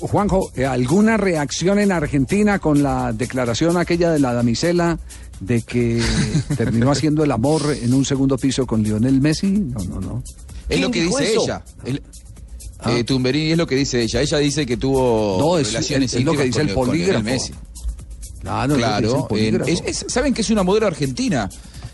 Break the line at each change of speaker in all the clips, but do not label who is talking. Juanjo, eh, ¿alguna reacción en Argentina con la declaración aquella de la damisela de que terminó haciendo el amor en un segundo piso con Lionel Messi? No, no, no.
Es lo que
dijo
dice
eso? Ah.
ella. El- eh, Tumberini es lo que dice ella. Ella dice que tuvo
No, es-
relaciones
es- es lo que
íntimas
dice el
con- con Lionel
polígrafo.
Messi.
Ah, no,
Claro,
es el
en-
polígrafo.
es- es- saben que es una modelo argentina.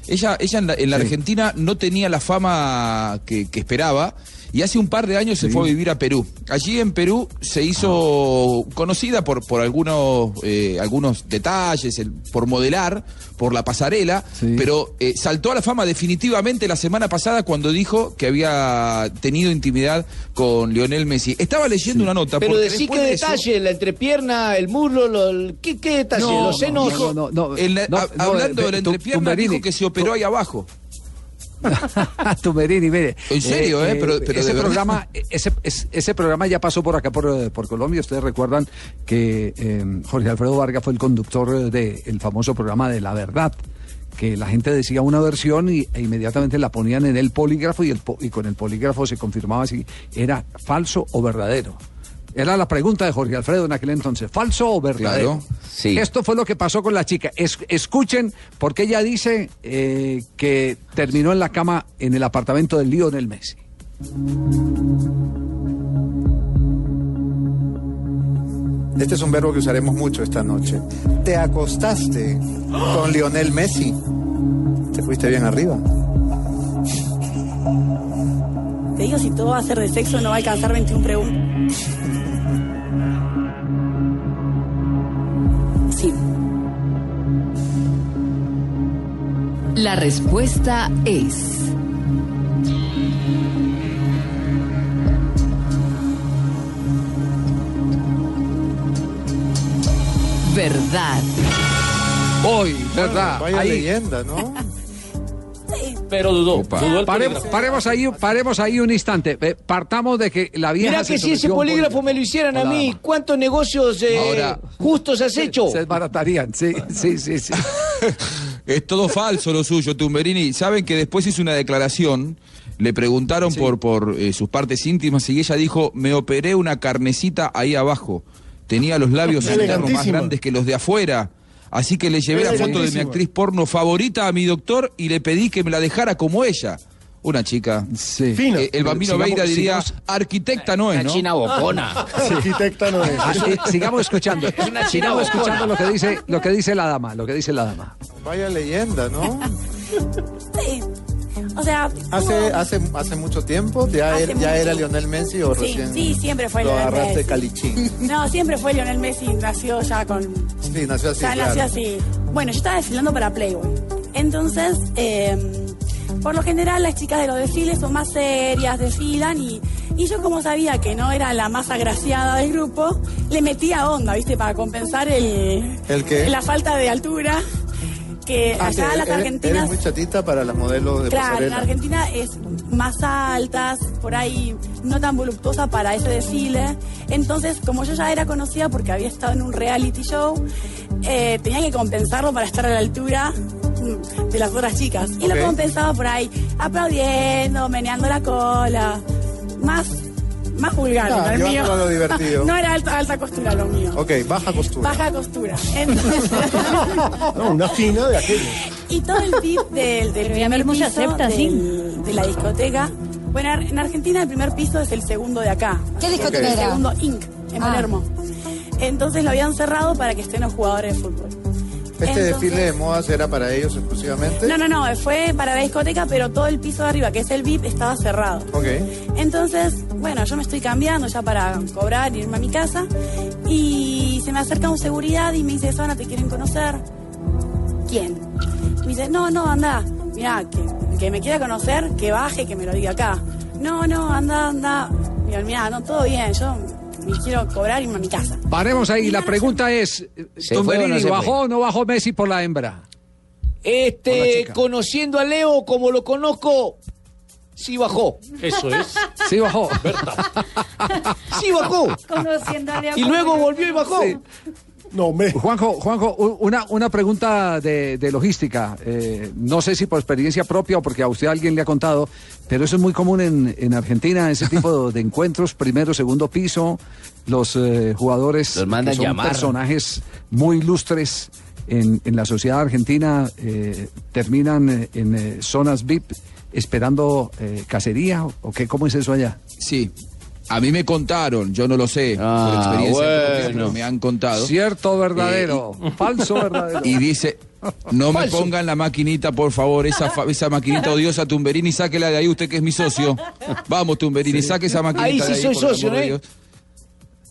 Ella, ella en la, en la
Sí.
Argentina no tenía la fama que, que esperaba y hace un par de años se fue a vivir a Perú. Allí en Perú se hizo conocida por, por algunos, eh, algunos detalles, el- por modelar, por la pasarela,
Sí.
pero eh, saltó a la fama definitivamente la semana pasada cuando dijo que había tenido intimidad con Lionel Messi. Estaba leyendo una nota.
Pero
porque
decí qué
después de eso-
detalle, la entrepierna, el muslo, lo- el- ¿qué, qué detalle?
No,
los senos.
No, no, no,
En la-
no,
hab-
no,
hablando
eh,
de la
tu-
entrepierna,
Tumberini,
dijo que se operó ahí abajo.
Tumberini, mire.
En serio, ¿eh? Pero- pero
ese
de verdad.
programa, e, ese, es- ese programa ya pasó por acá, por, eh, por Colombia. Ustedes recuerdan que eh, Jorge Alfredo Vargas fue el conductor del famoso programa de La Verdad que la gente decía una versión y, e inmediatamente la ponían en el polígrafo y, el po- y con el polígrafo se confirmaba si era falso o verdadero. Era la pregunta de Jorge Alfredo en aquel entonces, ¿falso o verdadero?
Claro, sí.
Esto fue lo que pasó con la chica. Es- escuchen, porque ella dice eh, que terminó en la cama en el apartamento del Lionel Messi.
Este es un verbo que usaremos mucho esta noche. Te acostaste con Lionel Messi. Te fuiste bien arriba.
Te digo, si todo va a ser de sexo, no va a alcanzar 21 preguntas. Sí.
La respuesta es. Verdad.
Hoy, ¿verdad?
Vaya
ahí.
leyenda, ¿no?
Pero dudó.
Opa.
dudó el
Pare-
polígrafo.
paremos ahí, paremos ahí un instante. Eh, Partamos de que la vieja.
Mirá
se
que si ese
sometió a un
polígrafo me lo hicieran a
Hola,
mí,
dama.
¿cuántos negocios eh,
Ahora-
justos has hecho?
Se desbaratarían, sí, sí, sí, sí.
Es todo falso lo suyo, Tumberini. Saben que después hizo una declaración, le preguntaron por, por eh, sus partes íntimas y ella dijo, me operé una carnecita ahí abajo. Tenía los labios internos más
Elegantísima.
grandes que los de afuera. Así que le llevé la foto de mi
Elegantísima.
actriz porno favorita a mi doctor y le pedí que me la dejara como ella. Una chica.
sí.
Fino.
Eh, el bambino
Sigamos-
Veira diría,
sigamos-
arquitecta no es,
Una
¿no?
china bocona.
Arquitecta no es.
Ah, eh, sigamos escuchando.
una Ah, china
Sigamos
bocona.
escuchando lo que dice, lo que dice la dama, lo que dice la dama.
Vaya leyenda, ¿no?
Sí. O sea,
Hace,
tuvo-
hace, hace mucho tiempo, ya,
Hace
era- ya era
mucho.
Lionel Messi o
Sí,
recién.
sí, siempre fue
Lo
Lionel
agarraste
Messi.
calichín.
No, siempre fue Lionel Messi, nació ya con
Sí, nació así.
ya nació
claro.
así. Bueno, yo estaba desfilando para Playboy. Entonces, eh, por lo general las chicas de los desfiles son más serias, desfilan y, y yo como sabía que no era la más agraciada del grupo, le metía onda, ¿viste? Para compensar el,
¿El qué?
la falta de altura que
Ah, sí,
allá las
eres-
argentinas...
Eres muy chatita para las modelos de
Claro, en
pasarela.
Argentina es más altas, por ahí no tan voluptuosa para ese desfile. Entonces, como yo ya era conocida porque había estado en un reality show, eh, tenía que compensarlo para estar a la altura mm, de las otras chicas. Y
Ok.
lo compensaba por ahí, aplaudiendo, meneando la cola, más, más vulgar.
Ah,
¿no?
llevándolo
El mío.
a lo divertido.
no era alta, alta costura lo mío.
Ok, baja costura.
Baja costura. Entonces-
una fina de aquello.
y todo el pib del, del
ya
primer
mismo se
piso
acepta,
del-
sí.
de la discoteca. Bueno, ar- en Argentina el primer piso es el segundo de acá.
¿Qué discoteca
Ok.
El
era?
segundo Inc. en
Ah.
Palermo. Entonces lo habían cerrado para que estén los jugadores de fútbol.
Este
Entonces-
desfile de modas era para ellos exclusivamente.
No, no, no, fue para la discoteca, pero todo el piso de arriba, que es el VIP, estaba cerrado.
Ok.
Entonces, bueno, yo me estoy cambiando ya para cobrar, irme a mi casa. Y se me acerca un seguridad y me dice, Sona, ¿te quieren conocer? ¿Quién? Me dice, no, no, anda. Mirá, que, que me quiera conocer, que baje, que me lo diga acá. No, no, anda, anda. Mirá, mirá, no, todo bien, yo me quiero cobrar y irme a mi casa.
Paremos ahí. La pregunta es,
¿Se
Don
fue o no
Benini,
se fue?
¿bajó o no bajó Messi por la hembra? Hola,
Este,
chica.
conociendo a Leo como lo conozco, sí bajó.
Eso es.
Sí bajó.
Sí bajó. Y luego volvió y bajó.
No, me...
Juanjo, Juanjo, u- una, una pregunta de, de logística. Eh, no sé si por experiencia propia o porque a usted alguien le ha contado, pero eso es muy común en, en Argentina, ese tipo de encuentros, primero, segundo piso, los eh, jugadores
Los mandan
que son
llamar.
personajes muy ilustres en, en la sociedad argentina eh, terminan eh, en eh, zonas VIP esperando eh, cacería o qué, cómo es eso allá.
Sí. A mí me contaron, yo no lo sé,
Ah,
por experiencia propia, pero me han contado.
Cierto, verdadero. Falso, verdadero.
Y dice, no me
Falso.
pongan la maquinita, por favor, esa, fa- esa maquinita odiosa, Tumberini, sáquela de ahí, usted que es mi socio. Vamos, Tumberini, saque esa maquinita
Ahí sí
de ahí,
soy
por el
socio, ¿eh?
amor de
¿no?
Dios.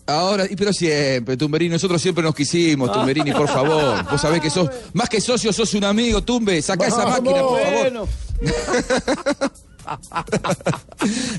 Ahora, y pero siempre, Tumberini, nosotros siempre nos quisimos, Tumberini, por favor. Vos sabés que sos, más que socio, sos un amigo, Tumbe, saca esa máquina, por favor.
Bueno.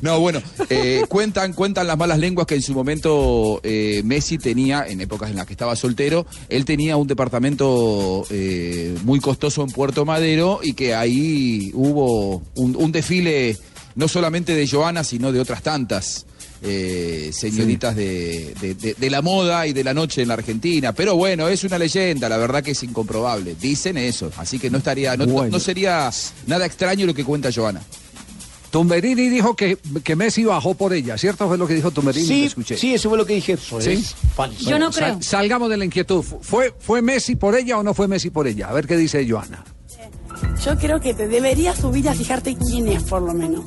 No, bueno, eh, cuentan, cuentan las malas lenguas que en su momento eh, Messi tenía, en épocas en las que estaba soltero, él tenía un departamento eh, muy costoso en Puerto Madero y que ahí hubo un, un desfile no solamente de Joana, sino de otras tantas. eh, señoritas de, de- de- de la moda y de la noche en la Argentina. Pero bueno, es una leyenda, la verdad que es incomprobable. Dicen eso, así que no estaría, no, no-
Bueno.
no sería nada extraño lo que cuenta Joana.
Tumberini dijo que, que Messi bajó por ella, ¿cierto? Fue lo que dijo Tumberini,
Sí,
lo escuché.
sí, eso fue lo que dije.
¿Sí?
Yo no
Sal-
creo.
salgamos de la inquietud. Fu- ¿Fue, ¿Fue Messi por ella o no fue Messi por ella? A ver qué dice Joana.
Yo creo que te deberías subir a fijarte quién es, por lo menos.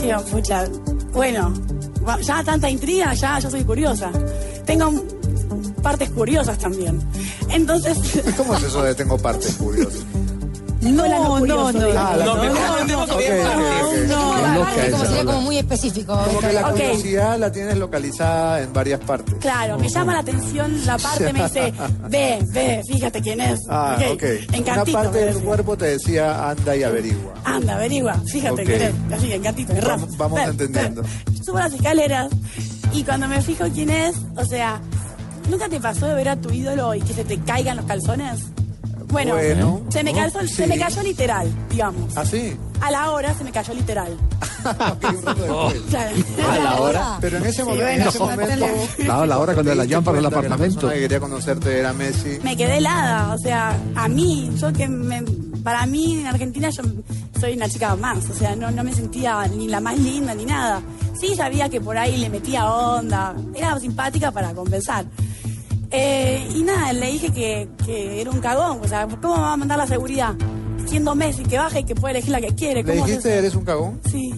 Digo, pucha, bueno, va- ya tanta intriga, ya yo soy curiosa. Tengo mm, partes curiosas también. Entonces...
¿Cómo es eso de tengo partes curiosas?
No, no,
no, no. Ah, la- Ok, ok, ok. Qué loca
Aparte, como
esa,
sería
loca.
como muy específico.
Como que la
Ok.
curiosidad la tienes localizada en varias partes.
Claro, me llama la atención la parte, me dice, ve, ve, fíjate quién es.
Ah, ok. Una
Encantito.
parte del cuerpo te decía anda y averigua.
Anda, averigua, fíjate
Ok.
quién es. Así, encantito, en Rafa.
Vamos
Ve,
entendiendo.
Subo las escaleras y cuando me fijo quién es, o sea, ¿nunca te pasó de ver a tu ídolo y que se te caigan los calzones? Bueno,
Bueno,
se, me calzó- se me cayó literal, digamos.
¿Ah, sí?
A la hora se me cayó literal. Claro.
A la hora. Pero en ese
Sí,
momento, en
bueno,
ese momento
Claro, la hora cuando la llaman para el apartamento.
que quería conocerte era Messi.
me quedé helada, o sea, a mí, yo que me, para mí en Argentina yo soy una chica más, o sea, no, no me sentía ni la más linda ni nada. Sí sabía que por ahí le metía onda, era simpática para compensar. Eh, y nada, le dije que, que era un cagón, o sea, ¿cómo me va a mandar la seguridad? Siendo Messi, que baje y que puede elegir la que quiere.
¿Le
¿cómo
dijiste eres un cagón?
Sí.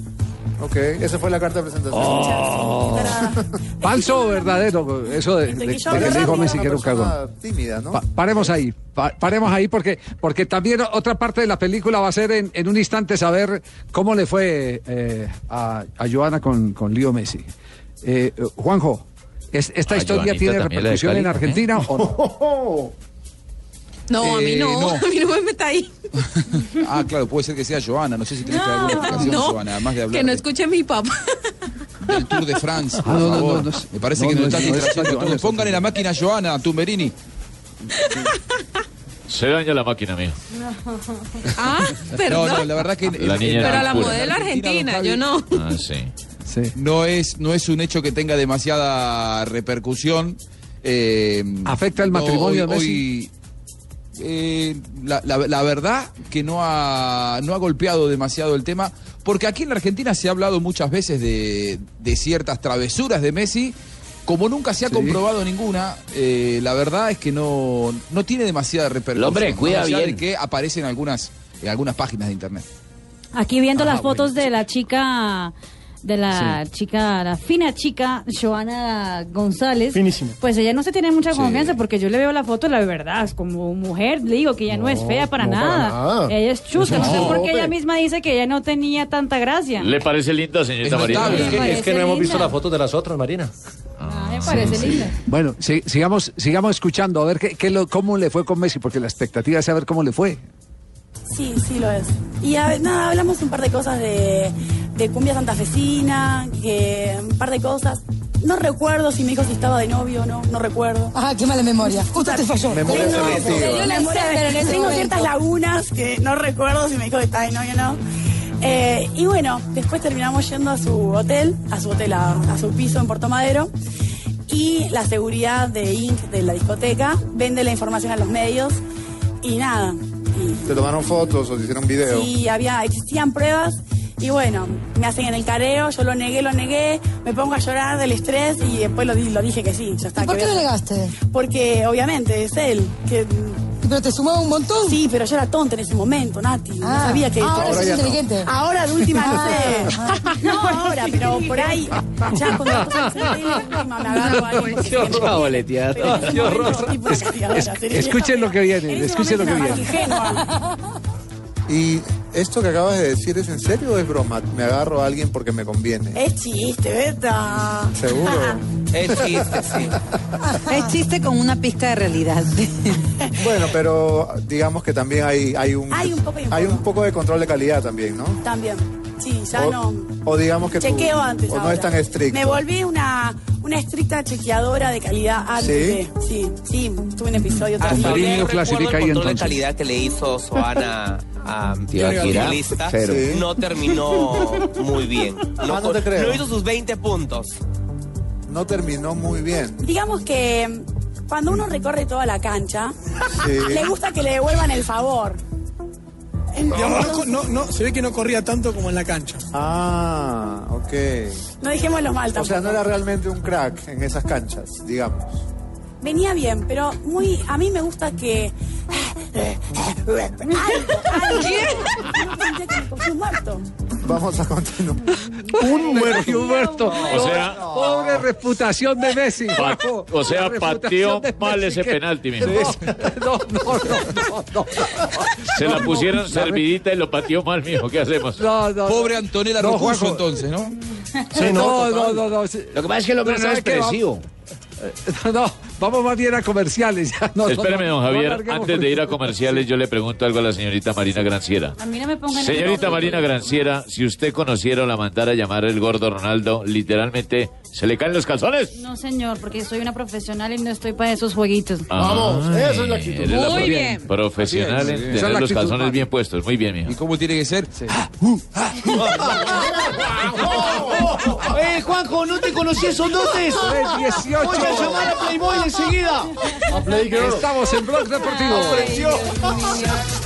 Ok, esa fue la carta de presentación.
Falso o verdadero, eso de, de- de que le dijo a Messi que era un cagón.
Tímida, ¿no?
Pa- paremos ahí, pa- paremos ahí porque, porque también otra parte de la película va a ser en, en un instante saber cómo le fue eh, a, a Joana con, con Leo Messi. Eh, eh, Juanjo, ¿es- ¿esta
A
historia
Joanita
tiene
Ah, también la
repercusión en
descalifican,
Argentina o no?
Oh,
No, a mí
Eh,
no.
no.
A mí no me meta ahí.
Ah, claro, puede ser que sea Joana. No sé si tenés que dar
No,
alguna explicación,
no,
Joana, además de hablar
que no escuche a mi papá.
del Tour de France. por
Ah, no, no,
favor.
no, no es-
Me parece
no,
que
no
no,
es-
está
no es
distrayendo
Joana,
todo. Póngale la máquina a Joana, Tumberini.
Se daña la máquina mía.
Ah,
No,
perdón.
no, la verdad que.
La niña
Pero
era
a la
pura.
modelo argentina, yo no.
Ah, sí.
No es, no es un hecho que tenga demasiada repercusión. eh,
¿Afecta el
no,
matrimonio
hoy-
de Messi?
hoy, eh, la, la- la verdad que no ha, no ha golpeado demasiado el tema, porque aquí en la Argentina se ha hablado muchas veces de, de ciertas travesuras de Messi. Como nunca se ha comprobado ninguna, eh, la verdad es que no, no tiene demasiada repercusión.
hombre
más
cuida
allá
bien.
de que aparecen algunas, en algunas páginas de internet.
Aquí viendo
Ah,
las fotos de la chica, de la chica, la fina chica, Joana González.
Finísima.
Pues ella no se tiene mucha confianza porque yo le veo la foto, la verdad, es como mujer, le digo que ella no, es fea para,
no para
nada.
nada.
Ella es chuta, no, sé
No,
por qué ella
pero-
misma dice que ella no tenía tanta gracia.
¿Le parece linda, señorita Marina?
notable.
Es que-
Parece
es que no
linda.
hemos visto la
foto de las otras, Marina.
Ah, me parece linda.
Bueno, si- sigamos, sigamos escuchando a ver qué, qué lo- cómo le fue con Messi, porque la expectativa es saber cómo le fue.
Sí, sí lo es. Y a ver, nada, hablamos un par de cosas de, de cumbia santafesina, que un par de cosas. No recuerdo si me dijo si estaba de novio o no, no recuerdo. Ah, qué mala memoria. Justo te falló.
Memoria
tengo,
selectiva. Se dio la
memoria de-
Alzheimer en ese
tengo
momento.
ciertas lagunas que no recuerdo si me dijo que estaba de novio o no. Eh, y bueno, después terminamos yendo a su hotel, a su hotel, a, a su piso en Puerto Madero. Y la seguridad de Inc. de la discoteca vende la información a los medios y nada.
Te tomaron fotos o te hicieron video.
Sí, había, existían pruebas y bueno, me hacen en el careo, yo lo negué, lo negué, me pongo a llorar del estrés y después lo, di- lo dije que sí, ya está.
por
que
qué
voy a
lo
hacer. Porque obviamente es él. Que... ¿Pero te sumaba un montón? Sí, pero yo era tonta en ese momento, Nati. no
Ah,
sabía que...
ahora Ahora sos ya no. inteligente.
Ahora de última no
Ah,
sé. No ahora, pero por ahí... Ya cuando las cosas se arreglen, última me agarro a alguien.
Qué horror, boleteada. Qué horror.
Escuchen lo que viene, escuchen lo que viene.
Y esto que acabas de decir es en serio o es broma? Me agarro a alguien porque me conviene.
Es chiste, Beta.
Seguro.
Es chiste, sí.
Es chiste con una pizca de realidad.
Bueno, pero digamos que también hay, hay un
Hay un poco y un
hay un poco de control de calidad también, ¿no?
También. Sí, ya
O-
no...
O digamos que tú-
Chequeo antes.
o no
ahora.
es tan estricto.
Me volví una, una estricta chequeadora de calidad antes.
¿Sí?
de- sí, sí, tuve un episodio
Con
terrible.
Mariño
Recuerdo
clasifica ahí
el control de
entonces.
calidad que le hizo Soana a
Tibaquirá,
la lista
cero. Sí.
no terminó muy bien. No,
Ah, no te creo.
no hizo sus 20 puntos.
No terminó muy bien.
Digamos que mm, cuando uno recorre toda la cancha,
Sí.
le gusta que le devuelvan el favor.
Digamos, no co- no, no, se ve que no corría tanto como en la cancha.
Ah, ok.
No dejémoslo mal
O sea,
tampoco.
no era realmente un crack en esas canchas, digamos.
Venía bien, pero muy a mí me gusta que eh,
Vamos a continuar.
Un muerto. Un muerto.
O sea-
pobre reputación de Messi.
Pa-
Paco.
o sea,
La reputación
pateó
de
mal
Messi
ese
que-
penalti, mijo.
No, no, no, no, no, no.
Se la pusieron
La re-
servidita y lo pateó mal, mijo. ¿Qué hacemos?
No, no,
Pobre
no.
Antonella
No,
Rocuso,
Juanjo.
entonces, ¿no?
Sí, no, no, no, no, sí.
Lo que pasa es que el hombre
Pero
no es
¿sabe qué? Va-
expresivo.
Eh, No, vamos más bien a comerciales. ya, no, no,
Espéreme,
no,
don
no
Javier.
alarguemos
Antes de ir a comerciales, yo le pregunto algo a la señorita Marina Granciera.
A mí no me pongan en
Señorita
el-
Marina Granciera, si usted conociera o la mandara a llamar el gordo Ronaldo, literalmente, ¿se le caen los calzones?
No, señor, porque soy una profesional y no estoy para esos jueguitos.
Ay, Ah, eres la pro- Profesional
Así
en
es, sí.
tener
Esa es la
los
actitud,
calzones
Mario.
bien puestos. Muy bien, mijo.
¿Y cómo tiene que ser?
Eh, Juanjo, no te conocí esos dotes.
Es 18.
Voy a llamar a Playboy enseguida.
Estamos en Blog Deportivo.
Apareció.